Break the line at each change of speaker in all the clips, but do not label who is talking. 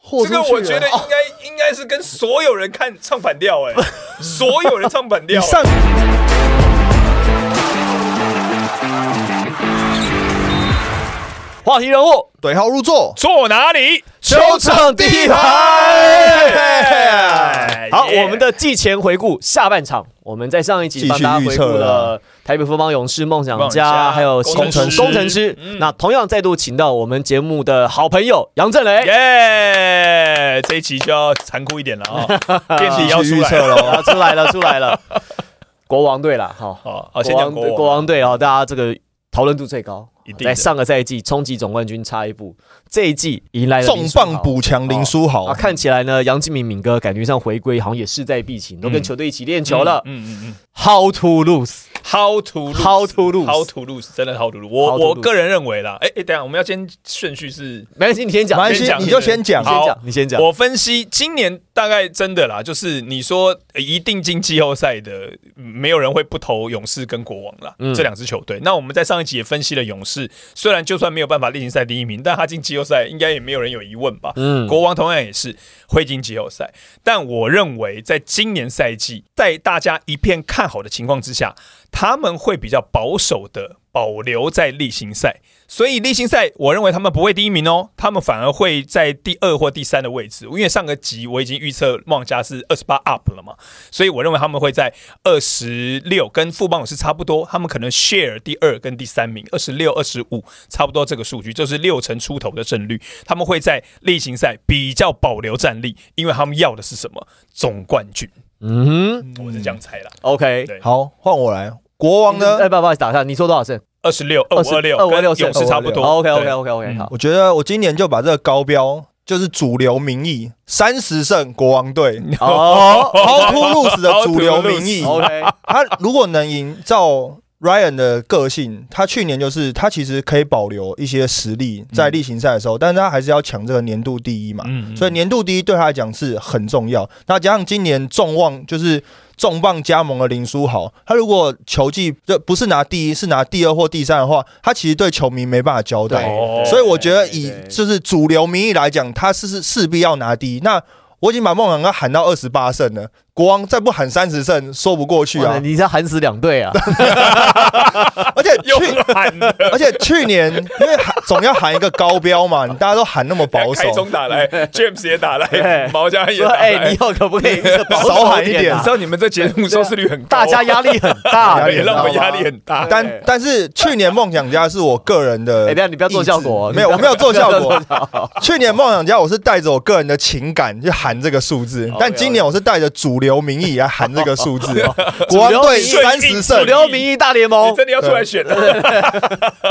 豁
这
出
个
去
我
了。
觉得
哦
应该、 应该是跟所有人看唱反调 哎、所有人唱反
你
调、
上话题人物
对号入座，
坐哪里？
球场第一排。
哎 Yeah
好，我们的季前回顾下半场，我们在上一集帮大家回顾了台北富邦勇士、梦想
梦想
家，
家
还有
工程
程师嗯
师
工程师。那同样再度请到我们节目的好朋友杨振雷。
耶、这一集就要残酷一点了啊、 垫底要出
预
来
测
了。
喽。
啊，出来了，出来 了，国王队了，哈，
哦，好，先讲
国王
国王，
队哦，大家这个讨论度最高
一，定的
在上个赛季冲击总冠军差一步，这一季迎来了
重磅补强林书豪
啊，，看起来呢，杨敬敏敏哥感觉上回归好像也势在必行，都跟
嗯
球队一起练球了。
嗯嗯嗯
How to lose？
，How to
How to lose
how to lose，真的 How to lose。
How
我
to
我
lose
个人认为啦，哎、哎、等一下我们要先顺序是
没关系，你先讲，
没关
你
系
先讲，
你就先讲
你先
好
讲，你先讲。
我分析今年大概真的啦，就是你说呃一定进季后赛的，嗯没有人会不投勇士跟国王啦，
嗯
这两支球队。那我们在上一集也分析了勇士，虽然就算没有办法例行赛第一名，但他进季后赛应该也没有人有疑问吧？
嗯，
国王同样也是会进季后赛，但我认为在今年赛季，在大家一片看好的情况之下，他们会比较保守的保留在例行赛，所以例行赛我认为他们不会第一名哦，他们反而会在第二或第三的位置，因为上个集我已经预测梦想家是二十八 up 了嘛，所以我认为他们会在二十六跟富邦勇士差不多，他们可能 share 第二跟第三名，二十六、二十五，差不多这个数据，就是六成出头的胜率。他们会在例行赛比较保留战力，因为他们要的是什么？总冠军。
嗯
我是这样猜啦，
，OK。
对
好，换我来。国王呢
哎，？不好意思，打岔，你说多少胜？
二十六、二五、二六，
25
跟
26
勇士差不多。
OK OK
对
OK OK，
嗯
好。
我觉得我今年就把这个高标，就是主流民意，三十胜国王队
哦
，How to lose 的主流民意。
，OK，
他如果能赢，照 Ryan 的个性，他去年就是他其实可以保留一些实力在
嗯
例行赛的时候，但是他还是要抢这个年度第一嘛。
嗯
所以年度第一对他来讲是很重要。那加上今年众望就是重磅加盟了林书豪，他如果球技就不是拿第一，是拿第二或第三的话，他其实对球迷没办法交代。
哦
所以我觉得以
对
就是主流民意来讲，他是是势必要拿第一。那我已经把梦想家喊到二十八胜了，国王再不喊三十胜说不过去
哇
啊！
你这喊死两队啊！
而且
又
去
喊的，
而且去年因为喊总要喊一个高标嘛，你大家都喊那么保守
开，中打 来，James 也打
对
来，毛家也
说，
打
哎，
来
你以。后可不可以这保守
少喊一
点
点
啊
你知？道你们这节目收视率很高，
大家压力很大，
压力
对
很
让我们
你知道
压
吗
力很啊大。
但但是去年梦想家是我个人的，
哎、等一下你不要做效果哦，
没有，我没有做效
你不
果
要。做效果。
去年梦想家我是带着我个人的情感去喊这个数字
OK，OK，
但今年我是带着主流民意来喊这个数字。 国王队
主流
三
民意
十
主
胜，
流民意大联盟
你真的要出来选了，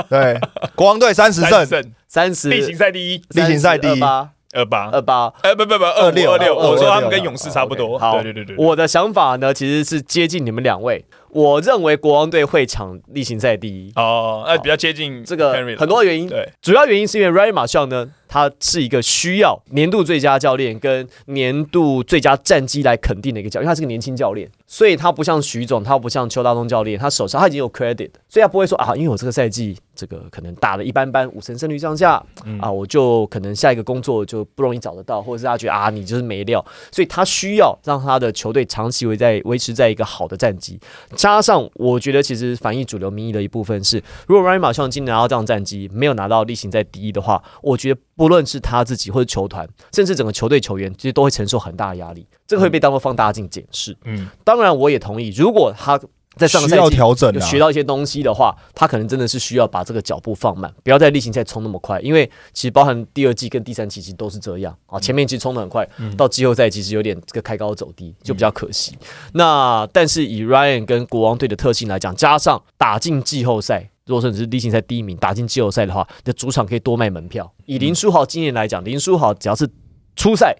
对，国王队三十
三
胜，
胜，
三十
例行赛第一，
例行赛第一
八
二八，
二八。
呃，不不不，二
26
六二六，
哦
我说
26
他们跟勇士差不多。
好，
哦对对对对，
我的想法呢，其实是接近你们两位。我认为国王队会抢例行赛第一，
哦，那比较接近
这个
Henry 了
很多原因，
对，
主要原因是因为 Ray 马校呢，他是一个需要年度最佳教练跟年度最佳战绩来肯定的一个教练，因为他是个年轻教练，所以他不像徐总，他不像邱大东教练，他手上他已经有 credit，所以他不会说啊，因为我这个赛季这个可能打的一般般，五成胜率上下
嗯
啊，我就可能下一个工作就不容易找得到，或者是他觉得啊你就是没料，所以他需要让他的球队长期维在维持在一个好的战绩，加上我觉得其实反映主流民意的一部分是，如果 Ryan 马上今年拿到这样的战绩，没有拿到例行赛第一的话，我觉得不论是他自己或者球团，甚至整个球队球员，其实都会承受很大的压力，这个会
嗯
被当做放大镜检视。
嗯，
当然，我也同意，如果他在上个
需
赛
要
季
调整
有
啊。
学到一些东西的话，他可能真的是需要把这个脚步放慢，不要在例行赛冲那么快，因为其实包含第二季跟第三季其实都是这样
嗯
啊，前面其实冲得很快，到季后赛其实有点这个开高走低，
嗯
就比较可惜。那但是以 Ryan 跟国王队的特性来讲，加上打进季后赛。如果说你是例行赛第一名，打进季后赛的话，你的主场可以多卖门票。以
嗯
林书豪今年来讲，林书豪只要是初赛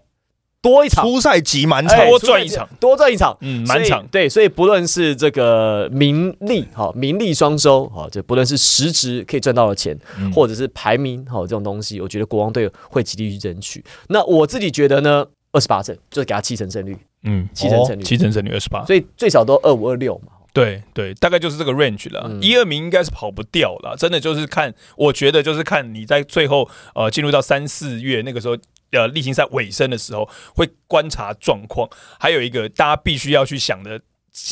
多一场，
初赛集满场
哎，
多赚一场，
多赚一场，
嗯满场
所以对，所以不论是这个名利，好名利双收，好，这不论是实质可以赚到的钱，
嗯
或者是排名，好这种东西，我觉得国王队会极力去争取。那我自己觉得呢，二十八胜就是给他七成胜率，
嗯，
七成胜率，
七成胜率二十八，
所以最少都二五二六嘛。
对对，大概就是这个 range
嗯
了。一二名应该是跑不掉了，真的就是看，我觉得就是看你在最后呃进入到三四月那个时候。呃例行赛尾声的时候，会观察状况。还有一个大家必须要去想的，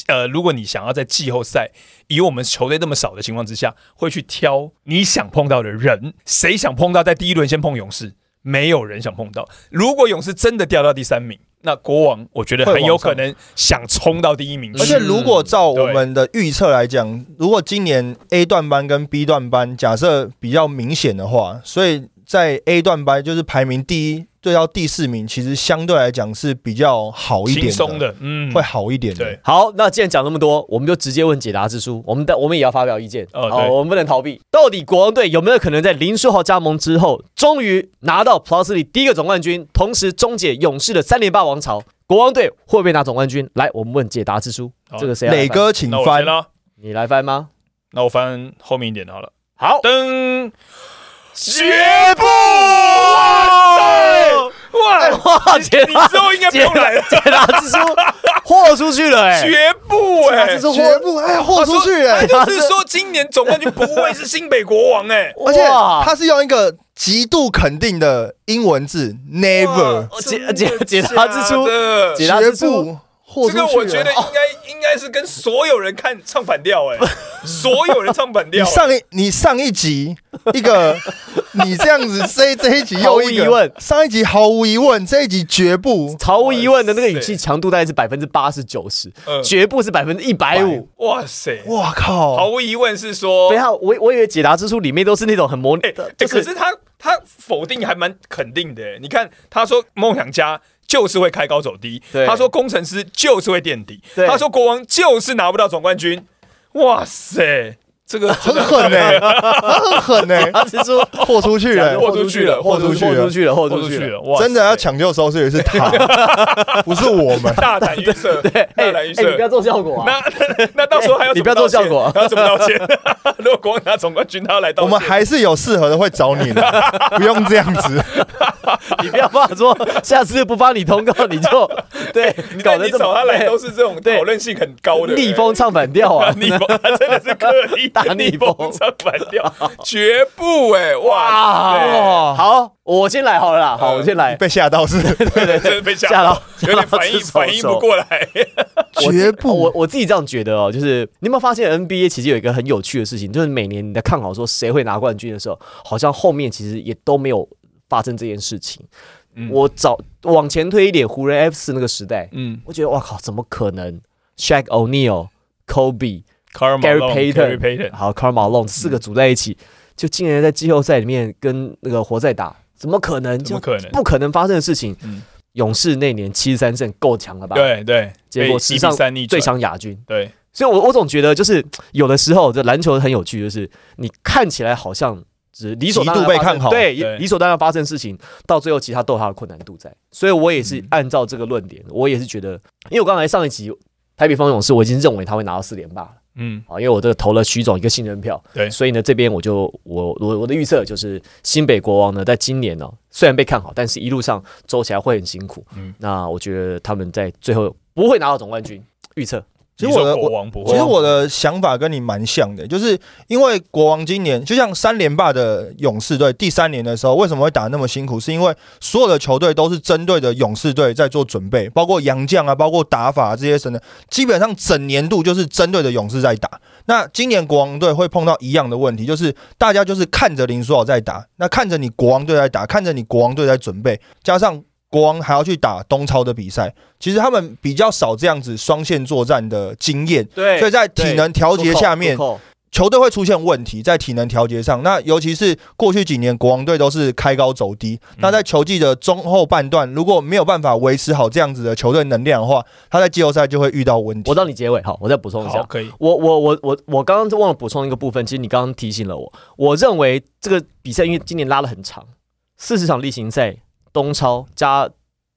呃，如果你想要在季后赛，以我们球队这么少的情况之下，会去挑你想碰到的人，谁想碰到在第一轮先碰勇士？没有人想碰到。如果勇士真的掉到第三名，那国王我觉得很有可能想冲到第一名去。
而且如果照我
对
们的预测来讲，如果今年 A 段班跟 B 段班假设比较明显的话，所以在 A 段班就是排名第一对到第四名，其实相对来讲是比较好一点
轻松的，嗯，
会好一点的。
对，
好，那既然讲那么多，我们就直接问解答之书。我们的我们也要发表意见，
哦
好
对
我们不能逃避。到底国王队有没有可能在林书豪加盟之后，终于拿到 Plus 里第一个总冠军，同时终结勇士的三连霸王朝？国王队会不会拿总冠军？来，我们问解答之书，
好
这个谁要来
磊
翻？
哥，请
那我
翻
先。了，
你来翻吗？
那我翻后面一点好了。
好，
噔，绝不！哇塞，哇，
哎
哇， 解
你
答
之后应该不用 来了，
解答之书豁出去了、欸，
绝不
解答
哎
之。书
绝
豁，
不哎，豁出去
他
哎！
就是说，今年总冠军不会是新北国王哎，
而且
哇
他是用一个极度肯定的英文字 never，
哇
解
真的
解解答之书
假的
解答
绝
之书
不豁出
这
去啊了。
个我觉得应该应该是跟所有人看唱反调 哎，所有人唱反
你
调。哎
上一你上一集一 个，你这样子这这一集又一个
毫无疑问
上一集毫无疑问，这一集绝不
毫无疑问的那个语气强度大概是百分之八十九十，
嗯
绝不是百分之一百五。
哇塞，
哇
毫
靠！
无疑问是说
等一，下，啊我我以为解答之书里面都是那种很模拟
哦哎、
的，
哎
就
可是他他否定还蛮肯定的、欸你看，他说梦想家就是会开高走低
对，
他说工程师就是会垫底，
对
他说国王就是拿不到总冠军。哇塞，这个
很狠
欸
呢、 很狠呢、
解答之 书啊
豁出去了、
啊豁出去了
豁出去
豁出
了，
去了，豁
豁
出
出
去
去
了。
了！ 哇塞，
真的要抢救收视率是 他，不是我们。
大胆预测，
哎
大
哎，
胆
你
预
不
测。
要做效果啊！
那那 到时候还要
你不要做效果
要怎么道歉？ 如果国王拿总冠军，他要来道
我
歉。
们还是有适合的会找你的，不用这样子。
你不要怕说下次不发你通告，你 就对
你
搞
但
得
你
这
找
么
他来
对
都是这种
对
讨论性很高的！
逆风唱反调啊
逆风，他真的是刻意
大逆
逆
风哦
风唱反调，绝不哎、哇
哇，啊好，我先来好了啦，
呃
好，我先来。
被吓到是
塞，真的被吓
吓到
有点反应
吓到
反应不过来。
我
绝
自哦我
不，
我自己这样觉得哦，就是你有没有发现 NBA 其实有一个很有趣的事情，就是每年你在看好说谁会拿冠军的时候，好像后面其实也都没有发生这件事情。
嗯
我早往前推一点，湖人 F 四那个时代，
嗯
我觉得哇靠，怎么可能？Shaq O'Neal、Kobe、
，Karl
Gary
Gary
Payton，
Payton，
好 Karl Malone 四个组在一起，就竟然在季后赛里面跟那个活塞打，怎么可能？
怎么
就
可能？
不可能发生的事情。
嗯
勇士那年七十三胜够强了吧？，
对对，
结果史上
三逆
最
转，
强亚军。
对，
所以我，我总觉得就是有的时候，这篮球很有趣，就是你看起来好像只理所当然
极度被
发生
看好
对，
对
理所当然发生的事情，到最后其实它都有它的困难度在。所以我也是按照这个论点，我也是觉得，因为我刚才上一集台北方勇士，我已经认为他会拿到四连霸了
嗯，
啊，因为我这个投了徐总一个信任票，
对
所以呢，这边我就我我我的预测就是新北国王呢，在今年呢、虽然被看好，但是一路上走起来会很辛苦。
嗯
那我觉得他们在最后不会拿到总冠军，预测
其实
你
我
说
的
国王不会，
其实我的想法跟你蛮像的，就是因为国王今年就像三连霸的勇士队，第三年的时候为什么会打得那么辛苦？是因为所有的球队都是针对的勇士队在做准备，包括洋将啊，包括打法、啊、这些什么的，基本上整年度就是针对的勇士在打。那今年国王队会碰到一样的问题，就是大家就是看着林书豪在打，那看着你国王队在打，看着你国王队在准备，加上国王还要去打东超的比赛，其实他们比较少这样子双线作战的经验。
对
所以在体能调节下面，
多扣多扣
球队会出现问题，在体能调节上。那尤其是过去几年，国王队都是开高走低。
嗯
那在球季的中后半段，如果没有办法维持好这样子的球队能量的话，他在季后赛就会遇到问题
我。到你结尾，好，我再补充一
好
下。
可以，
我我我我我刚刚忘了补充一个部分，其实你刚刚提醒了我。我认为这个比赛因为今年拉了很长，四十场例行赛，东超加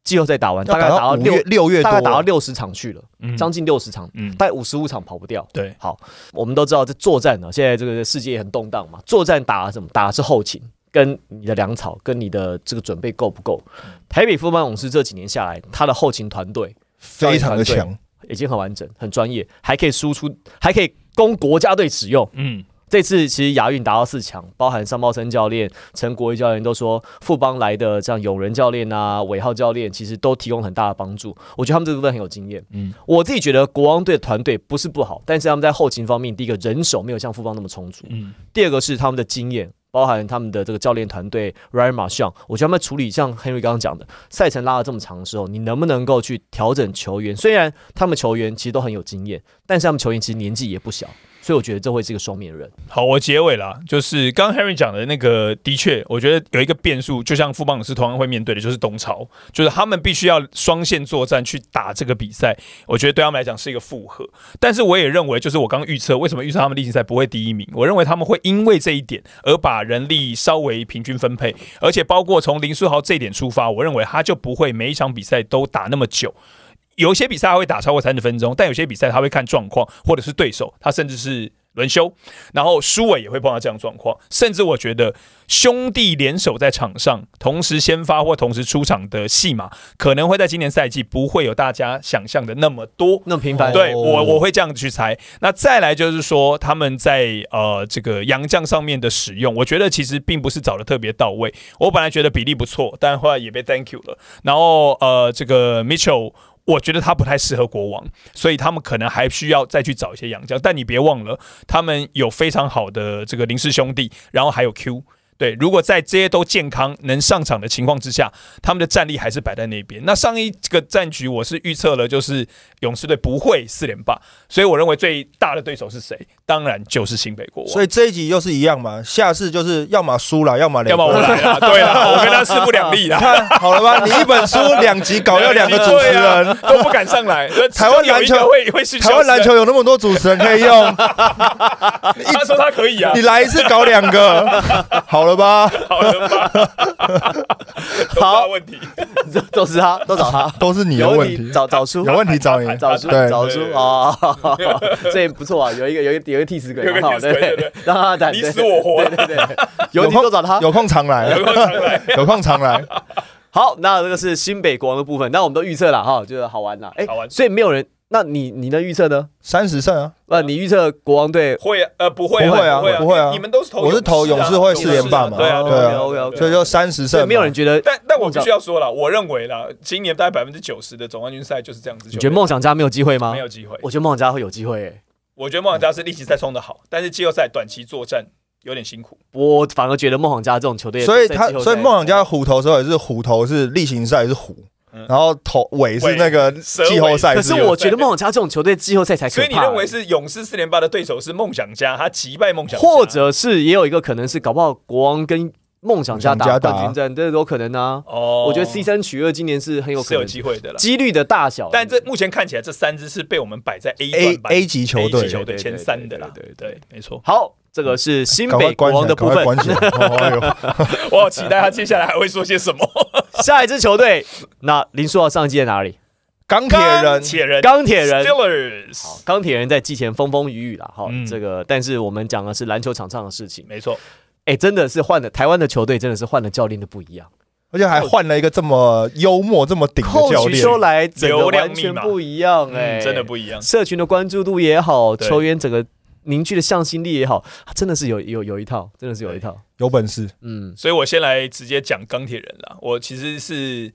季后赛打完，
要
大概打到
到五
六
月，六月
大
多
概打到六十场去了，
嗯
将近六十场，
嗯，
大概五十五场跑不掉。
对，
好，我们都知道这作战呢、啊现在这个世界也很动荡嘛，作战打什么？打的是后勤，跟你的粮草，跟你的这个准备够不够。台北富邦勇士这几年下来，他的后勤团队
非常的强。
已经很完整、很专业，还可以输出，还可以供国家队使用。
嗯，
这次其实亚运打到四强，包含上报森教练、陈国义教练都说，富邦来的这样永仁教练啊、韦浩教练，其实都提供很大的帮助。我觉得他们这部分很有经验。嗯，我自己觉得国王队的团队不是不好，但是他们在后勤方面，第一个人手没有像富邦那么充足，
嗯，
第二个是他们的经验。包含他们的这个教练团队 Ryan m a r s h a n 我觉得他们处理像 Henry 刚刚讲的，赛程拉了这么长的时候，你能不能够去调整球员？虽然他们球员其实都很有经验，但是他们球员其实年纪也不小，所以我觉得这会是一个双面人。
好，我结尾啦，就是刚刚 Harry 讲的那个，的确，我觉得有一个变数，就像富邦勇士同样会面对的，就是东潮，就是他们必须要双线作战去打这个比赛，我觉得对他们来讲是一个负荷。但是我也认为，就是我刚预测，为什么预测他们例行赛不会第一名？我认为他们会因为这一点而把人力稍微平均分配，而且包括从林书豪这一点出发，我认为他就不会每一场比赛都打那么久。有些比赛他会打超过三十分钟，但有些比赛他会看状况或者是对手，他甚至是轮休。然后苏伟也会碰到这样的状况，甚至我觉得兄弟联手在场上同时先发或同时出场的戏码，可能会在今年赛季不会有大家想象的那么多。
那么频繁，哦
对我我会这样子去猜。那再来就是说，他们在呃这个洋将上面的使用，我觉得其实并不是找的特别到位。我本来觉得比例不错，但后来也被 thank you 了。然后呃，这个 Mitchell。我觉得他不太适合国王，所以他们可能还需要再去找一些洋将。但你别忘了，他们有非常好的这个林氏兄弟，然后还有 Q。对，如果在这些都健康能上场的情况之下，他们的战力还是摆在那边。那上一个战局，我是预测了，就是勇士队不会四连霸，所以我认为最大的对手是谁？当然就是新北国王。
所以这一集又是一样嘛，下次就是要么输了，要么雷
要么我 来啦，对啦，我跟他势不两立
你
啦，
看好了 吧？你一本书两集搞掉两个主持
对
人
啊，都不敢上来。
台湾篮球
只有一个会会是
台湾篮球有那么多主持人可以用，
他说他可以啊
你，来一次搞两 个，好了吧？。
好了吧？都
好
没问题，
都都是他，都找他
都是你的
有
问
问
题，
找找 书，
有问题找你，
找书，
对
找书啊，这也不错啊，有一个有一个有一个替死鬼，
有一个
蛮好
替死鬼
对
对
让他打，
你
对
死我活，
对对对，有问题都找 他。
有空常 来，
有空常来。
有空常来，
好，那这个是新北国王的部分，那我们都预测了哈，就是好玩啦，哎
好玩，
所以没有人，那你你的预测呢？
三十胜啊！
呃，你预测国王队
会啊呃不会
不会啊
会啊
不会啊
你们都是投
我是投
勇士啊
勇士会四连霸嘛
对啊
对啊
啊
OK，OK，OK
所以就三十胜
所
嘛，
以没有人觉得，
但但我必须要说了，我认为啦，今年大概百分之九十的总冠军赛就是这样子。
你觉得梦想家没有机会吗
没？有机会？
我觉得梦想家会有机会、欸，
我觉得梦想家是例行赛冲的好，但是季后赛短期作战有点辛苦。
我反而觉得梦想家这种球队在季后
所以
赛，
他所以梦想家虎头的时候也是虎头是例行赛是虎
嗯，
然后头尾是那个
蛇尾
季后赛
可
是
是
有
我觉得梦想家这种球队季后赛才可怕、
所
欸
以你认为是勇士四连霸的对手是梦想家，他击败梦想家，
哎或者是也有一个可能是，搞不好国王跟梦想家打冠军战，这都有可能啊。
哦，
我觉得 C 三取二今年是很有
是
可
有
能，
机会的啦。
几率的大小。
但这目前看起来，这三支是被我们摆在 A 段
A
版
A 级球
A 级
队，
球队前三的啦。
对对对
对，没错。
好，这个是新
赶快
北国
关起来，
王的
赶
部
快
分。
关起来。哦哎呦
我好期待他接下来还会说些什么。
下一支球队，那林书豪上一季在哪里？
钢铁人
铁人，
钢铁人。好
Steelers，
钢铁人在季前风风雨雨啦，好，
嗯
这个，但是我们讲的是篮球场上的事情，
没错。
哎、真的是换了台湾的球队，真的是换了教练都不一样，
而且还换了一个这么幽默、这么顶的
扣
教
取收
练，
来整个
流量
完全
密码
不一样、哎、
嗯，真的不一样。
社群的关注度也好，
对
球员整个凝聚的向心力也好，啊真的是有有有一套，真的是有一套。
有本事。
嗯，
所以我先来直接讲钢铁人啦。我其实是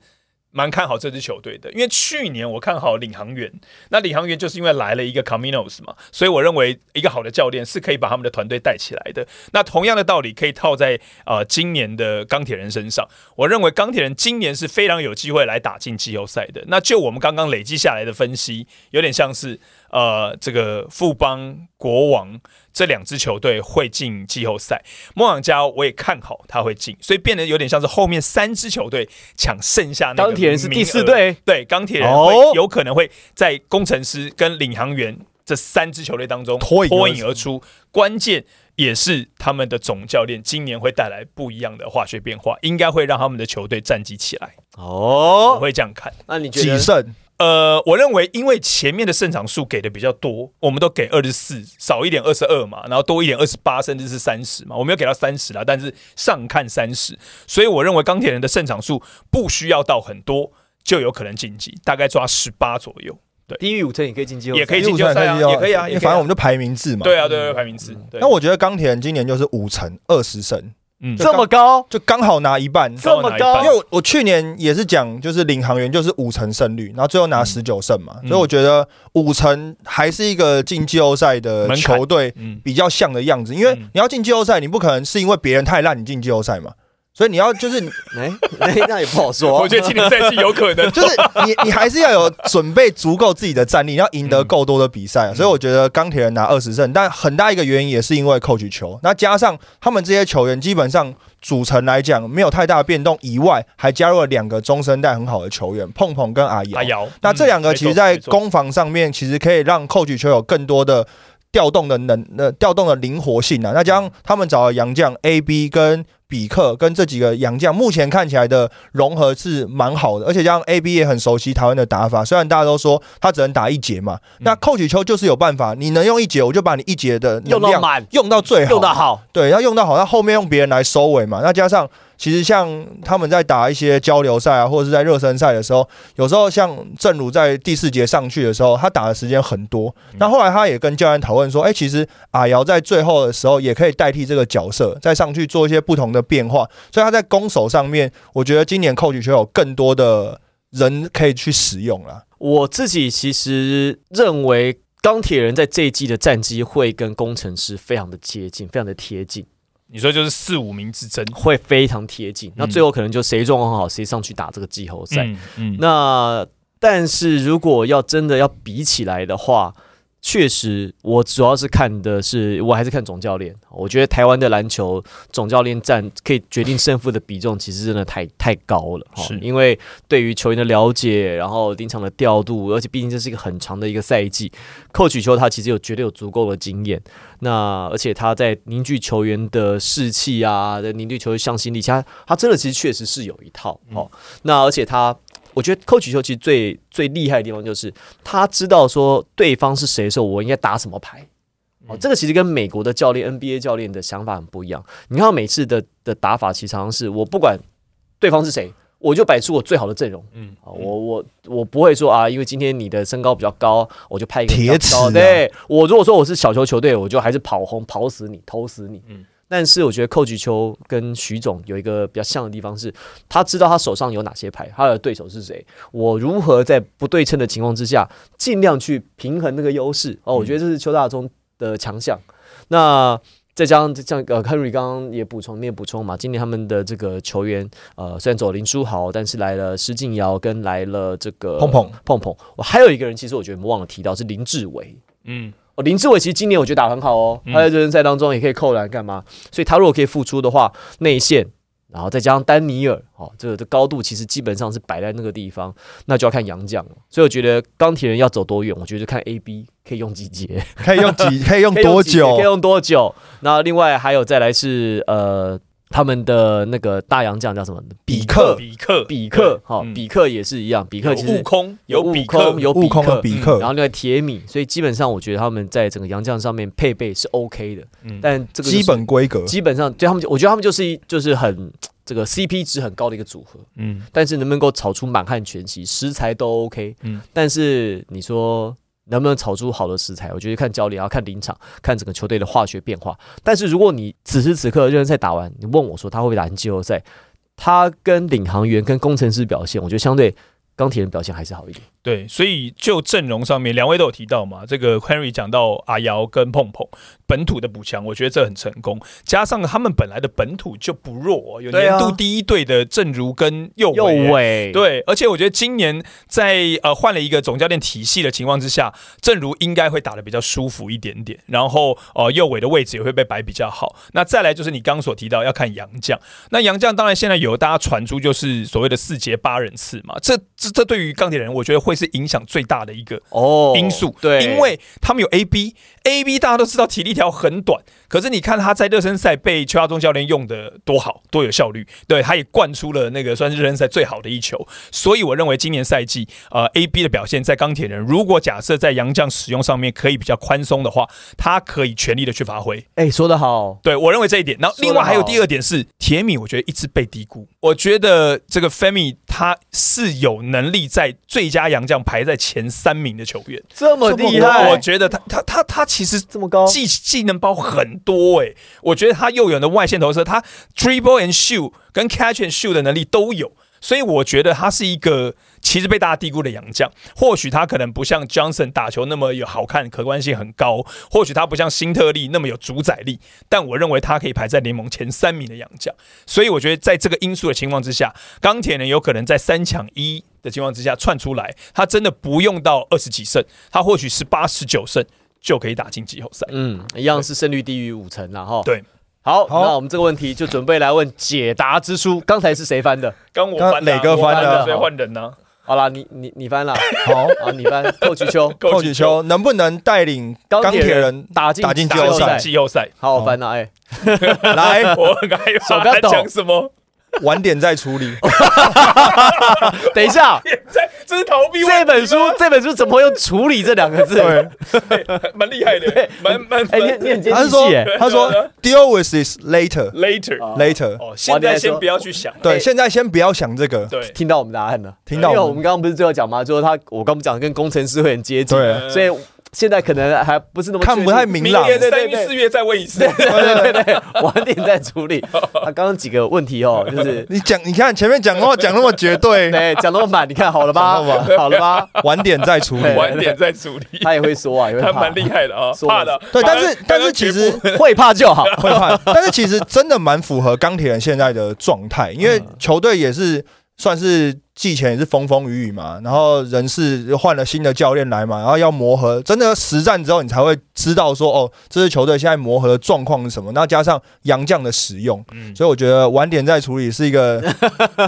蛮看好这支球队的，因为去年我看好领航员，那领航员就是因为来了一个 Caminos 嘛，所以我认为一个好的教练是可以把他们的团队带起来的。那同样的道理可以套在呃今年的钢铁人身上。我认为钢铁人今年是非常有机会来打进季后赛的。那就我们刚刚累积下来的分析，有点像是呃这个富邦国王这两支球队会进季后赛。梦想家我也看好他会进，所以变得有点像是后面三支球队抢剩下那个
钢铁人是第四
名额
队，
对，钢铁人
哦
会有可能会在工程师跟领航员这三支球队当中
脱颖而出
脱颖而出，关键也是他们的总教练今年会带来不一样的化学变化，应该会让他们的球队战绩起来，我
哦，
会这样看。
那你觉
几
得？
胜？
呃，我认为因为前面的胜场数给的比较多，我们都给二十四，少一点二十二嘛，然后多一点二十八，甚至是三十嘛，我没有给到三十啦，但是上看三十，所以我认为钢铁人的胜场数不需要到很多，就有可能晋级，大概抓十八左右。对
低于五成也可以进季后赛，
也可以进季后赛啊，也可以啊，
因为
也可以
反
啊
正我们就排名制嘛。
对啊，对对，排名制。对
那我觉得钢铁人今年就是五成二十胜，
嗯
这么高，
就刚好拿一半。
这么高
因为我我去年也是讲，就是领航员就是五成胜率，然后最后拿十九胜嘛，
嗯
所以我觉得五成还是一个进季后赛的
门槛
球队
嗯
比较像的样子。因为
嗯
你要进季后赛，你不可能是因为别人太烂你进季后赛嘛，所以你要就是。
哎，哎那也不好说。
我觉得今年赛季有可 能
就是你你还是要有准备足够自己的战力，你要赢得够多的比赛啊、
嗯
所以我觉得钢铁人拿二十胜，但很大一个原因也是因为 coach 球，那加上他们这些球员基本上组成来讲没有太大的变动以外，还加入了两个中生代很好的球员碰碰跟阿瑶。
阿瑶，
那这两
嗯
个其实，在
没错
攻防上面，其实可以让扣取球有更多的调动的能呃调动的灵活性啊。那加上他们找了洋将 A B 跟比克跟这几个洋将，目前看起来的融合是蛮好的，而且加上 A B 也很熟悉台湾的打法，虽然大家都说他只能打一节嘛，那扣取球就是有办法，你能用一节，我就把你一节的能
用到
量
满，
用到最好，
用到好，
对，要用到好，那后面用别人来收尾嘛。那加上其实像他们在打一些交流赛啊，或者是在热身赛的时候，有时候像正如在第四节上去的时候，他打的时间很多。那后来他也跟教练讨论说，哎、其实阿瑶在最后的时候也可以代替这个角色，再上去做一些不同的变化。所以他在攻守上面，我觉得今年寇 o 球有更多的人可以去使用啊啦。
我自己其实认为钢铁人在这一季的战绩会跟工程师非常的接近，非常的贴近，
你说就是四五名之争。
会非常贴近。那最后可能就谁状况好，谁上去打这个季后赛。
嗯嗯，
那但是如果要真的要比起来的话，确实我主要是看的是，我还是看总教练。我觉得台湾的篮球总教练战可以决定胜负的比重，其实真的太太高了。哦
是
因为对于球员的了解，然后临场的调度，而且毕竟这是一个很长的一个赛季，寇取球他其实有绝对有足够的经验。那而且他在凝聚球员的士气啊，在凝聚球员向心力，他他真的其实确实是有一套哦。那而且他我觉得扣取球其实最最厉害的地方就是他知道说对方是谁的时候，我应该打什么牌。哦，这个其实跟美国的教练 NBA 教练的想法很不一样。你看到每次的的打法，其实常常是我不管对方是谁，我就摆出我最好的阵容。嗯
嗯，
我我我不会说啊，因为今天你的身高比较高，我就派一个比较
铁齿
高
啊
对我如果说我是小球球队，我就还是跑轰跑死你，投死你。嗯
嗯，
但是我觉得寇菊秋跟徐总有一个比较像的地方是，他知道他手上有哪些牌，他的对手是谁，我如何在不对称的情况之下，尽量去平衡那个优势。哦，
嗯
我觉得这是邱大中的强项。那再加上像呃，Henry 刚刚也补充，你也补充嘛，今年他们的这个球员，呃，虽然走林书豪，但是来了施晋尧，跟来了这个
碰碰
碰碰，我还有一个人，其实我觉得我们忘了提到是林志伟。
嗯，
哦，林志伟其实今年我觉得打得很好哦，他在热身赛当中也可以扣篮干嘛，所以他如果可以复出的话，内线，然后再加上丹尼尔，哦，这个的高度其实基本上是摆在那个地方，那就要看杨将了。所以我觉得钢铁人要走多远，我觉得就看 A B 可以用几节，
可以用几，可以用
可以
多
几节
久
可以？用多久。那另外还有再来是呃他们的那个大洋将叫什么？
比克
比克，
比克，哈、
嗯
比克也是一样，比
比
克其
悟
实
空，
悟
比克
空，，有比
悟空
克
的，比
嗯
克
然，后另外铁米，所以基本上我觉得他们在整个洋将上面配备是 OK 的，
嗯
但这个就是
基本规格。
基本上对他们就，我觉得他们就是一就是很这个 CP 值很高的一个组合，
嗯，
但是能不能够炒出满汉全席，食材都 OK，
嗯
但是你说。能不能炒出好的食材？我觉得看教练，然后看临场，看整个球队的化学变化。但是如果你此时此刻热身赛打完，你问我说他会不会打进季后赛，他跟领航员、跟工程师表现，我觉得相对钢铁人表现还是好一点。
对，所以就阵容上面，两位都有提到嘛。这个 Henry 讲到阿瑶跟碰碰本土的补强，我觉得这很成功。加上他们本来的本土就不弱哦，有
对啊
年度第一队的正如跟右
右
伟。
尾，
哦对，而且我觉得今年在呃换了一个总教练体系的情况之下，正如应该会打得比较舒服一点点，然后呃右尾的位置也会被摆比较好。那再来就是你刚所提到要看杨将，那杨将当然现在有大家传出就是所谓的四节八人次嘛，这这这对于钢铁人我觉得会是影响最大的一个
哦，
因素，
对，
因为他们有 A B A B，大家都知道体力条很短，可是你看他在热身赛被邱亚忠教练用的多好，多有效率，对，他也灌出了那个算是热身赛最好的一球，所以我认为今年赛季呃 A B 的表现在钢铁人，如果假设在洋将使用上面可以比较宽松的话，他可以全力的去发挥，
哎、说得好，
对我认为这一点。然后
说得
另外还有
好
第二点是铁米，我觉得一直被低估，我觉得这个 Femi 他是有能能力在最佳洋将排在前三名的球员。
这么厉
这么
害，
高
我觉得他他他他其实
这么高，
技技能包很多哎、我觉得他右远的外线投射，他 dribble and shoot 跟 catch and shoot 的能力都有，所以我觉得他是一个其实被大家低估的洋将。或许他可能不像 Johnson 打球那么有好看，可观性很高；或许他不像辛特利那么有主宰力，但我认为他可以排在联盟前三名的洋将。所以我觉得在这个因素的情况之下，钢铁人有可能在三抢一。的情况之下窜出来，他真的不用到二十几胜，他或许十八、十九胜就可以打进季后赛。
嗯，一样是胜率低于五成啦哈。
对，
好，
好
那我们这个问题就准备来问解答之 书，刚才是谁翻的？
刚我
刚
翻的啊
磊哥
我
翻
的
啊所以换人呢、
好啦，你你你翻啦，
好，
好，你翻，寇菊秋
寇启秋能不能带领
钢
钢
铁人
铁人
打进
打进
季
季
打
后
后
赛
赛
进，季后 赛，
好，我翻了，哎，
来
我很害
手
怕
刚
他
抖
讲什么。
晚点再处理？
等 一下，
在这是逃避
这
问啊
本书这本书怎么会用处理这两个字？
对，
题，蛮厉害的，蛮蛮
哎，你你很接
他
地
是说
气哎，
他说 deal with this later
later
哦
later。
哦，现在先不要去想，
哎
对，现在先不要想这个。
对，
听到我们答案了，
听到
因为我
我们
们刚刚不是最后讲嘛，就是他，我刚不讲跟工程师会很接近，
对
所以现在可能还不是那么
看不
确定
太明朗。
年
对
三
对对
月四月再问一次，
对对对， 晚点再处 理。他刚刚几个问题哦，就是
你讲，你看前面讲的话讲那么绝对，
对讲那么满，你看好了吧
讲那么？
好了吧？
晚点再处理。
对
晚点再处 理。
他也会说啊，也会
他
怕，
蛮厉害的啊，
说
怕的。
对，
怕
但
的
是但是其实
会怕就好。
会怕，但是其实真的蛮符合钢铁人现在的状态，因为球队也是算是季前也是风风雨雨嘛，然后人事换了新的教练来嘛，然后要磨合，真的实战之后你才会知道说哦，这支球队现在磨合的状况是什么，那加上洋将的使用，
嗯
所以我觉得晚点再处理是一个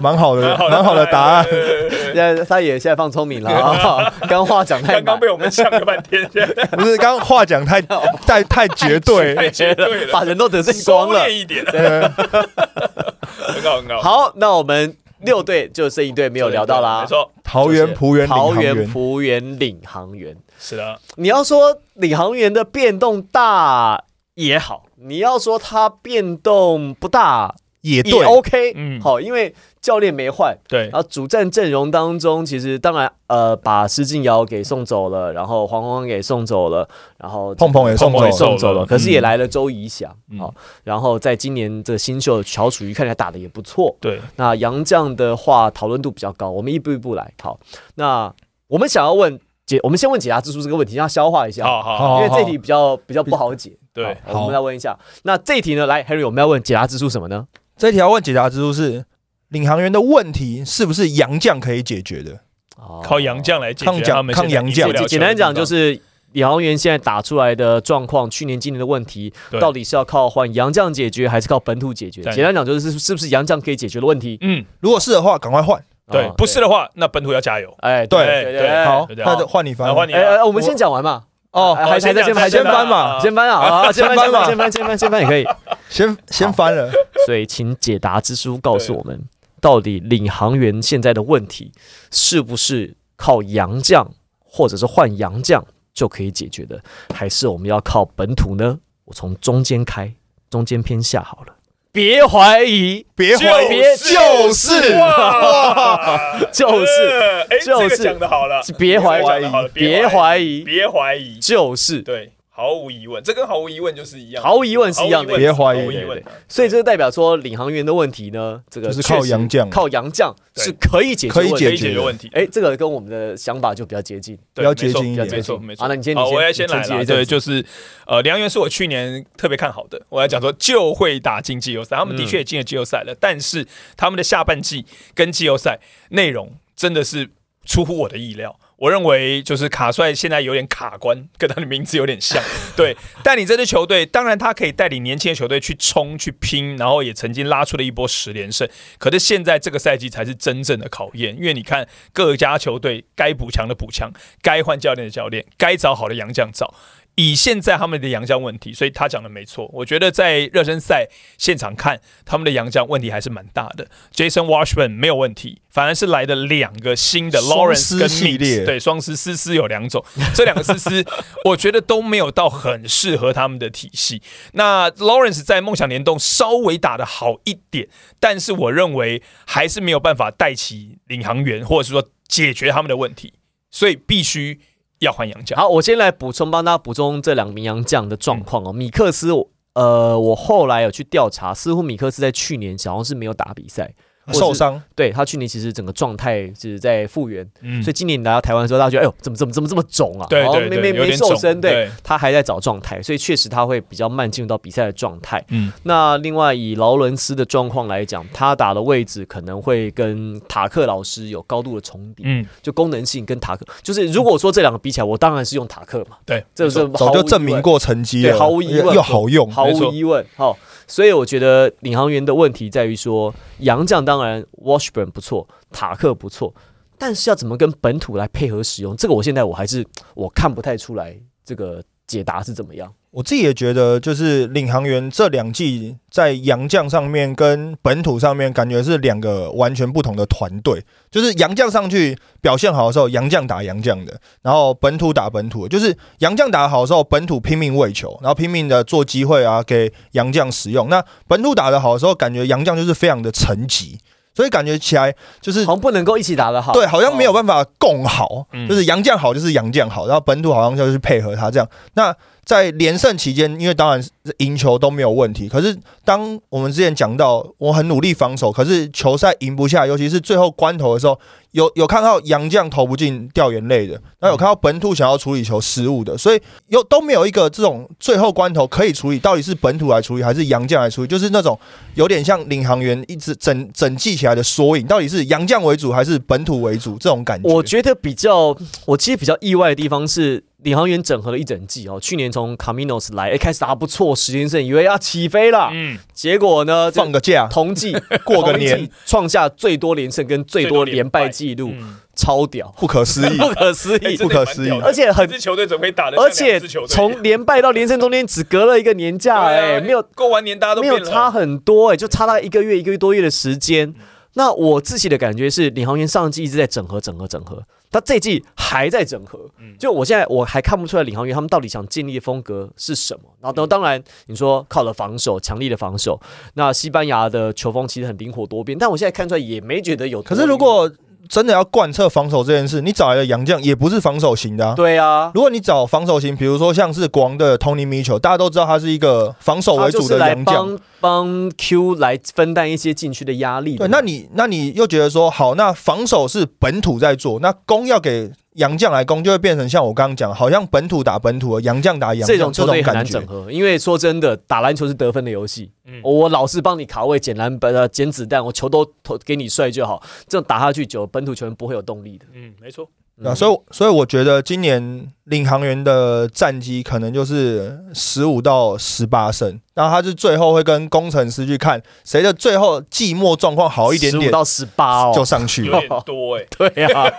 蛮好的蛮好的答案。
对对对对
现在他也现在放聪明了啊，刚话讲太
刚刚
满
被，我们呛了半天， 现在
不是刚刚话讲太太太绝
太
对，
绝对了，
把人都得罪
收
光了
敛。一点，啊 很好很好。
好，那我们六队就剩一队没有聊到啦
没，错，
桃园璞园领
桃
航
园
员，
浦园领航员。
是的，
你要说领航员的变动大也好，你要说他变动不大
也
也
对，
OK，
嗯
好，因为教练没换，
对，
然后主战阵容当中，其实当然呃把施晋尧给送走了，然后黄黄给送走了，然后
碰碰也送
碰碰也
走，
送走了，
嗯
可是也来了周怡翔
嗯
好，然后在今年这个新秀乔楚瑜看起来打的也不错，
对，
那杨绛的话讨论度比较高，我们一步一步来。好，那我们想要问解，我们先问解答之书这个问题，让它消化一下，
好好好，
因为
好
这题比较比较不好解。
对，
好我
好
们来问一下，那这一题呢，来 Harry，我们要问解答之书什么呢？
这条问解答之路是：领航员的问题是不是洋将可以解决的？
哦
靠洋将来解
抗
决
洋
他们现在
抗洋将
赢不了球
简简单讲就是。杨元现在打出来的状况，去年、今年的问题，
对
到底是要靠换洋将解决，还是靠本土解决？
对
简单讲就是，是不是洋将可以解决的问题？
嗯，
如果是的话，赶快换。
对
哦，
不是，的话，那本土要加油。
哎，
对
对
对哎
好，
对
那就换你翻
那。换你
哎
啊
哎，我们先讲完嘛。
哦，
还还
先
在
讲
先还
先
先翻
嘛
嘛，先翻啊啊，先
先
翻
翻
先翻
嘛
先翻先翻先翻也可以。
先先翻了。
所以，请解答之书告诉我们，到底领航员现在的问题是不是靠洋将或者是换洋将就可以解决的，还是我们要靠本土呢？我从中间开，中间偏下好了。别怀疑，
别怀疑，就是
哇，
就是
哎，这
就
个
是
讲的好了，
别怀
这个讲得好了
疑，别怀疑，
别怀疑，
就是。
对，毫无疑问，这跟毫无疑问就是一样，
毫无疑问是一样的
别怀疑
毫无疑
对对
问
对，所以这就代表说，领航员的问题呢，这个
就是靠
确实
洋将
靠洋将
对
是可以解决
可以
问题
可
的
以
解决
决问题。
哎，这个跟我们的想法就比较接近。
比
对
较接近一
没错
点
没错，没错。
好那你先
好，
你先
我要先来
你先
了。
接着
对，就是呃，梁元是我去年特别看好的，我要讲说就会打进季后赛，他们的
嗯
确也进了季后赛了，但是他们的下半季跟季后赛内容真的是出乎我的意料。我认为就是卡帅现在有点卡关，跟他的名字有点 像。对，但你这支球队，当然他可以带领年轻的球队去冲、去拼，然后也曾经拉出了一波十连胜。可是现在这个赛季才是真正的考验，因为你看各家球队该补强的补强，该换教练的教练，该找好的洋将找。以现在他们的洋将问题，所以他讲的没错。我觉得在热身赛现场看他们的洋将问题还是蛮大的。Jason Washburn 没有问题，反而是来的两个新的
双
Lawrence
狮
跟
系列
Mix，对，双狮思思有两种，这两个思思 我觉得都没有到很适合他们的体系。那 Lawrence 在梦想联动稍微打得好一点，但是我认为还是没有办法带起领航员，或者是说解决他们的问题，所以必须要换洋将。
好，我先来补充，帮大家补充这两名洋将的状况
嗯
哦。米克斯，我呃，我后来有去调查，似乎米克斯在去年好像是没有打比赛，或是
受伤，
对他去年其实整个状态就是在复原，
嗯
所以今年来到台湾的时候，大家觉得哎呦，怎么怎么怎么这么肿啊？
对
然后
对对，
没没
有
没
点
瘦
肿
身，对，，他还在找状态，所以确实他会比较慢进入到比赛的状态。
嗯，
那另外以劳伦斯的状况来讲，他打的位置可能会跟塔克老师有高度的重叠，
嗯，
就功能性跟塔克，就是如果说这两个比起来，我当然是用塔克嘛，
对，
这
没错
是
早
毫无
就
疑
证明
问
过成绩
对
了，
毫无疑问
又好用，
毫
没错
无疑问，好、所以我觉得领航员的问题在于说，洋将当然 Washburn 不错，塔克不错，但是要怎么跟本土来配合使用，这个我现在我还是我看不太出来这个解答是怎么样。
我自己也觉得，就是领航员这两季在洋将上面跟本土上面，感觉是两个完全不同的团队。就是洋将上去表现好的时候，洋将打洋将的；然后本土打本土的，就是洋将打得好的时候，本土拼命喂球，然后拼命的做机会啊，给洋将使用。那本土打得好的时候，感觉洋将就是非常的沉寂，所以感觉起来就是
好像不能够一起打得好，
对，好像没有
哦
办法共好，
嗯
就是洋将好就是洋将好，然后本土好像就是配合他这样。那在连胜期间，因为当然是赢球都没有问题，可是当我们之前讲到，我很努力防守，可是球赛赢不下，尤其是最后关头的时候，有有看到洋将投不进掉眼泪的，
嗯
那有看到本土想要处理球失误的，所以有都没有一个这种最后关头可以处理，到底是本土来处理还是洋将来处理，就是那种有点像领航员一直整整季起来的缩影，到底是洋将为主还是本土为主这种感觉？
我觉得比较，我其实比较意外的地方是，领航员整合了一整季哦。去年从 Caminos 来，一哎开始打得不错，十连胜，以为要起飞了，
嗯，
结果呢，这
放个假，
同季
过个
同季
年
创下最多连胜跟最多连败记录，
嗯
超 屌，
不可思议。
不可思
哎真。
议
的
不可
蛮
思议
屌的
而且很
一支球队怎么可以打得像
而
两支
且
球队
从连败到连胜中间只隔了一个年假，
对啊
哎，没有
过完年大家都
没
变
有
了嗯
差，很多哎、就差大概一个月、一个多月的时间。那我自己的感觉是，领航员上季一直在整合、整合、整合，他这季还在整合。
嗯
就我现在我还看不出来领航员他们到底想建立的风格是什么。然后
嗯
当当然，你说靠了防守，强力的防守，那西班牙的球风其实很灵活多变，但我现在看出来也没觉得有多
可
灵活。
是如果真的要贯彻防守这件事，你找来的洋将也不是防守型的、啊。
对啊，
如果你找防守型，比如说像是国王的 Tony Mitchell，大家都知道他是一个防守为
他就
主
是
的
来
洋将，
帮帮 Q 来分担一些禁区的压力的
对，那你那你又觉得说好，那防守是本土在做，那攻要给洋将来攻，就会变成像我刚刚讲，好像本土打本土的，洋将打洋
这
将
种球
这
队
种感
很难
觉
整。合，因为说真的，打篮球是得分的游戏。
嗯
我老是帮你卡位、捡篮板、呃捡子弹，我球都投给你帅就好。这种打下去久，本土球员不会有动力的。
嗯，没错，
嗯
啊，所以我所以我觉得今年领航员的战绩可能就是十五到十八胜，然后他是最后会跟工程师去看谁的最后季末状况好一点
15
点，
到十八哦，
就上去
有
了。
点多哎。
对啊。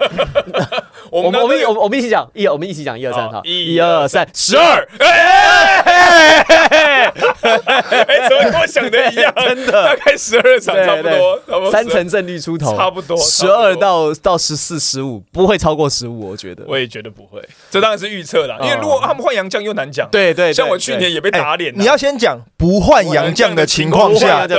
我
我们
刚
我们
刚
我们我们一起讲一，我们一起讲一二三
好
哈，
一
一二三，十
十
二。
二，哎，哎怎么跟我想的一样？真的，大概十二场差不多，差不多
三。成胜率出头，
差不多差
十
不多
二到到十四、十五，不会超过十五，我觉得。
我也觉得不会，这当然是预测啦。因为如果啊他们换洋将又难讲，，
对对，对
像我去年也被
哎
打脸啊，
你要先讲不换洋将的情况
不换
下
洋，将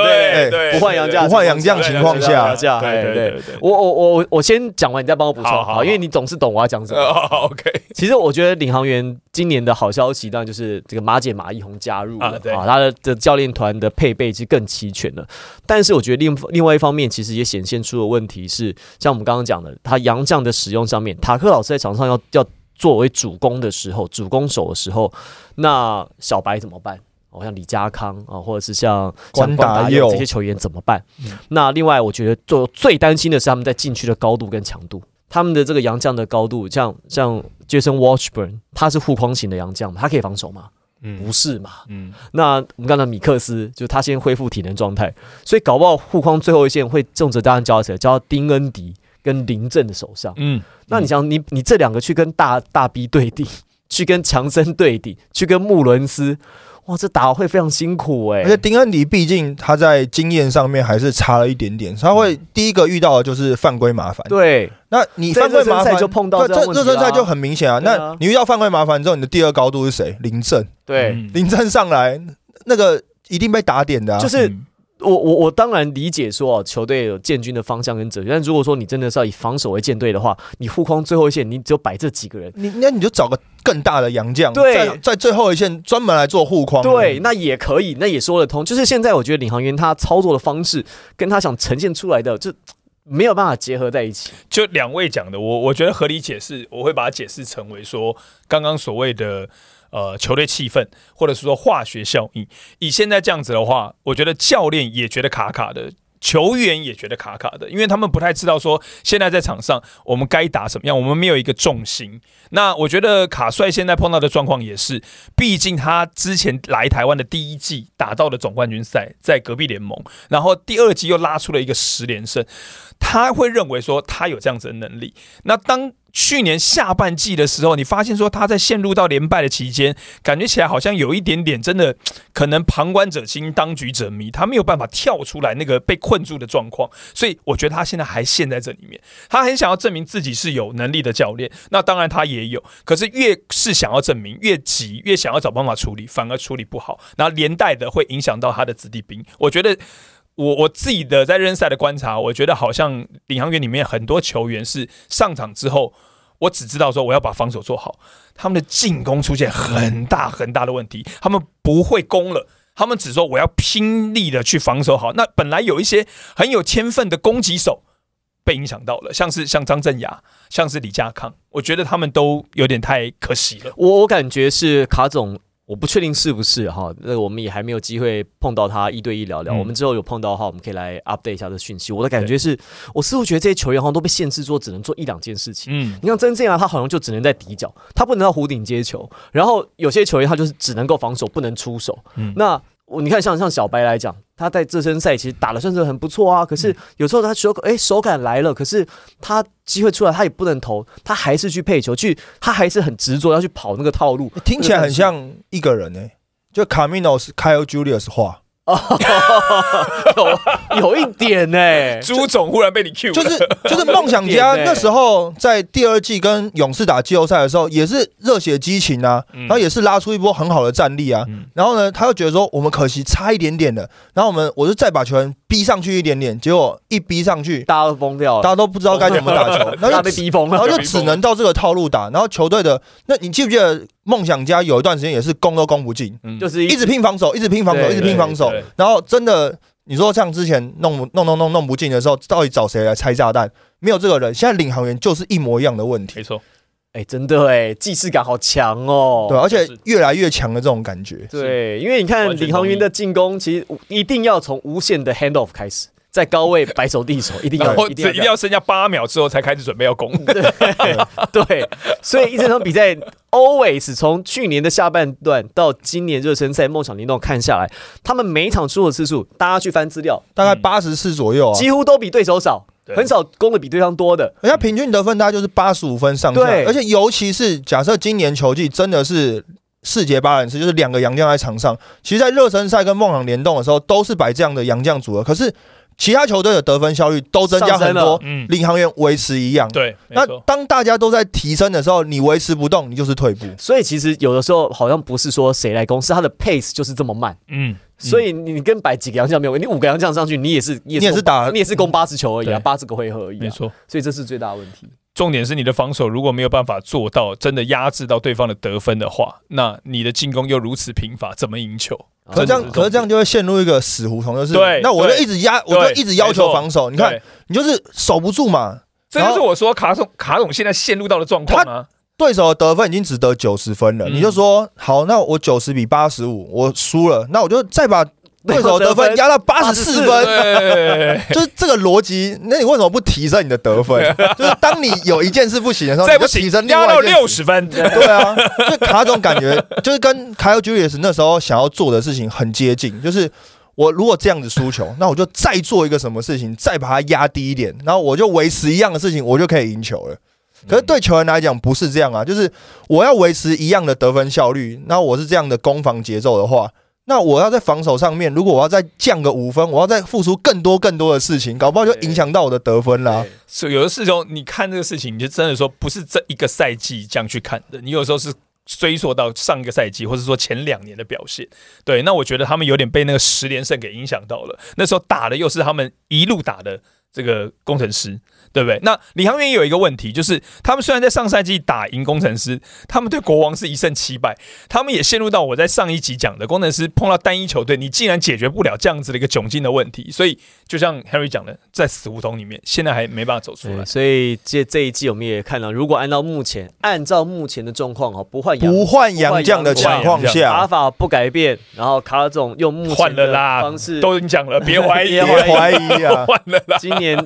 对
对
对，
不换洋将，
不换洋将
情
况下
这样
对对
对
对对
我我我我我先讲完，你再帮我补充，
好好好
因为你总是懂我要讲什么。
哦，OK，
其实我觉得领航员今年的好消息，当然就是这个马姐马一红加入了
啊对
他的的教练团的配备是更齐全了。但是我觉得另另外一方面，其实也显现出的问题是，像我们刚刚讲的，他洋将的使用上面，塔克老师在场上要要作为主攻的时候，主攻手的时候，那小白怎么办？哦，像李家康啊、或者是像像
关达
达
佑嗯
这些球员怎么办？那另外，我觉得最最担心的是他们在禁区的高度跟强度，他们的这个洋将的高度，像像 Jason Washburn，他是护框型的洋将嘛，他可以防守吗？
嗯
不是嘛？
嗯，
那我们刚才米克斯，就他先恢复体能状态，所以搞不好护框最后一线会重责大任交到谁？交到丁恩迪跟林振的手上。
嗯，
那你想，你你这两个去跟大大 B 对顶，去跟强森对顶，去跟穆伦斯，哇，这打会非常辛苦哎、
而且丁恩迪毕竟他在经验上面还是差了一点点，他会第一个遇到的就是犯规麻烦。
嗯对，
那你犯规麻
在热
烦
身赛就碰到
对
这样
这
问题
热
啦
身赛就很明显啊。
对啊
那你遇到犯规麻烦之后，你的第二高度是谁？林振，
对，
嗯
林振上来那个一定被打点的啊。
就是我我我当然理解说哦，球队有建军的方向跟哲学，但如果说你真的是要以防守为舰队的话，你护框最后一线你只有摆这几个人，
你那你就找个更大的洋将，
对
在在最后一线专门来做护框。
对，，那也可以，那也说得通。就是现在我觉得领航员他操作的方式跟他想呈现出来的就没有办法结合在一起。
就两位讲的，我我觉得合理解释，我会把它解释成为说，刚刚所谓的呃球队气氛，或者是说化学效应。以现在这样子的话，我觉得教练也觉得卡卡的。球员也觉得卡卡的，因为他们不太知道说现在在场上我们该打什么样，我们没有一个重心。那我觉得卡帅现在碰到的状况也是，毕竟他之前来台湾的第一季打到了总冠军赛，在隔壁联盟，然后第二季又拉出了一个十连胜，他会认为说他有这样子的能力。那当去年下半季的时候，你发现说他在陷入到连败的期间，感觉起来好像有一点点真的可能旁观者清，当局者迷，他没有办法跳出来那个被困住的状况。所以我觉得他现在还陷在这里面，他很想要证明自己是有能力的教练。那当然他也有，可是越是想要证明，越急，越想要找办法处理，反而处理不好，然后连带的会影响到他的子弟兵。我觉得我我自己的在热身赛的观察，我觉得好像领航员里面很多球员是上场之后，我只知道说我要把防守做好，他们的进攻出现很大很大的问题，他们不会攻了。他们只说我要拼力的去防守好，那本来有一些很有天分的攻击手被影响到了，像是像张镇雅，像是李家康，我觉得他们都有点太可惜了。
我我感觉是卡总，我不确定是不是哈，那我们也还没有机会碰到他一对一聊聊。
嗯
我们之后有碰到的话，我们可以来 update 一下这讯息。我的感觉是，我似乎觉得这些球员好像都被限制做只能做一两件事情。
嗯，
你像真正啊，他好像就只能在底角，他不能到弧顶接球。然后有些球员他就是只能够防守，不能出手。
嗯
那我你看像像小白来讲，他在热身赛其实打的算是很不错啊，可
嗯
是有时候他手哎手感来了，可是他机会出来他也不能投，他还是去配球，去他还是很执着要去跑那个套路。
听起来很像一个人呢、欸就 Caminos Kyle Julius 画，
有有一点 呢、
朱总忽然被你 Q
就
了，
是就是梦想家
有点欸
那时候在第二季跟勇士打季后赛的时候，也是热血激情啊，
嗯
然后也是拉出一波很好的战力啊。
嗯
然后呢，他又觉得说我们可惜差一点点的，然后我们我就再把球员逼上去一点点，结果一逼上去，
大家都疯掉
大家
了，
都不知道该怎么打 球，
哦大
然
家
后
被
就
逼疯
然
了
后。就只能到这个套路打。然后球队的，那你记不记得梦想家有一段时间也是攻都攻不进，
嗯
就是
一直拼防守，一直拼防守，
对
一直拼防守
对对对，
然后真的。你说像之前弄不弄弄弄弄不进的时候，到底找谁来拆炸弹？没有这个人，现在领航员就是一模一样的问题，
没错，
哎、真的哎、既视感好强哦、
对，而啊且
是
越来越强的这种感觉。
对，因为你看
完全
领航
同意
员的进攻，其实一定要从无限的 hand off 开始，在高位摆手递手，一定
然
要
后
一
只
定要
一
这
定
样
要剩下八秒之后才开始准备要攻。
对对，所以一整场比赛 always 从去年的下半段到今年热身赛梦想联动看下来，他们每一场输的次数，大家去翻资料，
大概八十次左右啊，
几乎都比对手少，
对
很少攻的比对方多的。
人家平均得分大概就是八十五分上下，
对
而且尤其是假设今年球季真的是四节八人制，就是两个洋将在场上，其实，在热身赛跟梦想联动的时候，都是摆这样的洋将组合，可是其他球队的得分效率都增加很
上升了
多，
嗯，
领航员维持一样。
对，没
那
错，
当大家都在提升的时候，你维持不动，你就是退步。
所以其实有的时候好像不是说谁来攻，是他的 pace 就是这么慢。
嗯，
所以你跟摆几个洋将没有，你五个洋将上去，你也是你也
你也是
攻
打
你也是攻八十球而已啊，
对
八十个回合而已
嗯没
啊。
错。
所以这是最大的问题。
重点是你的防守如果没有办法做到真的压制到对方的得分的话，那你的进攻又如此贫乏，怎么赢球？
啊
可是这
真的
样，
是
可是这样就会陷入一个死胡同，就是
对
那我就
对
一直压，我就
对
一直要
没
求
错
防守，你看
对，
你就是守不住嘛。
这
然
就
后
是我说卡总卡总现在陷入到的状况啊。
对手的得分已经只得九十分了，
嗯
你就说好，那我九十比八十五，我输了，那我就再把对 手的得分压到八十四分，
哎对，
就是这个逻辑。那你为什么不提升你的得分？ 就是当你有一件事不行的时候，
再
你
不
就
行
提升另
压
外
到
一件事
六。十分。
对啊， 就卡总感觉就是跟 Kyle Julius 那时候想要做的事情很接近，就是。我如果这样子输球，那我就再做一个什么事情，再把它压低一点，然后我就维持一样的事情，我就可以赢球了。可是对球员来讲不是这样啊，就是我要维持一样的得分效率，那我是这样的攻防节奏的话，那我要在防守上面，如果我要再降个五分，我要再付出更多更多的事情，搞不好就影响到我的得分啦。
是有的事情，你看这个事情，你就真的说不是这一个赛季这样去看的，你有时候是追溯到上一个赛季，或者说前两年的表现。对，那我觉得他们有点被那个十连胜给影响到了。那时候打的又是他们一路打的这个工程师，对不对？那领航员也有一个问题，就是他们虽然在上赛季打赢工程师，他们对国王是一胜七败，他们也陷入到我在上一集讲的，工程师碰到单一球队，你竟然解决不了这样子的一个窘境的问题。所以就像 Harry 讲的，在死胡同里面，现在还没办法走出来
对，。所以这这一季我们也看到，如果按照目前按照目前的状况哦，不换杨
不换杨将的
不
情
换杨
况
打
下，
法不改变，然后卡总用目
啊换
前
了
的
啦
方式，
都已经讲了，别怀疑
别
别，怀疑啊，
换了啦。
今 年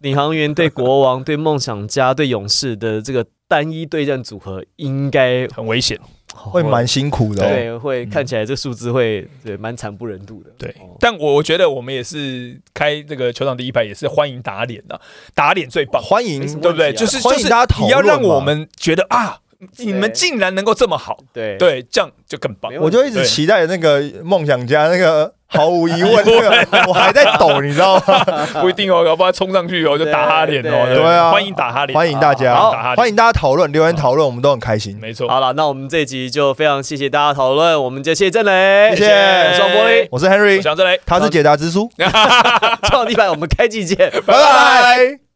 领航员对国王、对梦想家、对勇士的这个单一对战组合，应该
很危险，
会蛮辛苦的、哦。
对，会看起来这数字会对蛮惨不忍睹的。
对
哦，
但我我觉得我们也是开这个球场第一排，也是欢迎打脸的、打脸最棒，
欢
没
迎
什么
对不对？
问题
就
啊
是
欢
就
迎
是
大家讨
你
论
要让
嘛
我们觉得啊，你们竟然能够这么好，
对
对，这样就更棒
没。有
我就一直期待那个梦想家那个，毫无疑问，那个我还在抖，你知道吗？
不一定哦，要不然冲上去哦就打哈脸
对
哦，
对
不
对啊
欢迎打哈脸，
欢迎大家
好打哈，脸
欢迎大家讨论，留言讨论，我们都很开心。
没错。
好了，那我们这一集就非常谢谢大家讨论，我们就谢谢郑磊，
谢谢
我是王柏 林，
我是
我
Henry，
想这里。
他是解答之书，
创地板，我们开季见。
拜拜。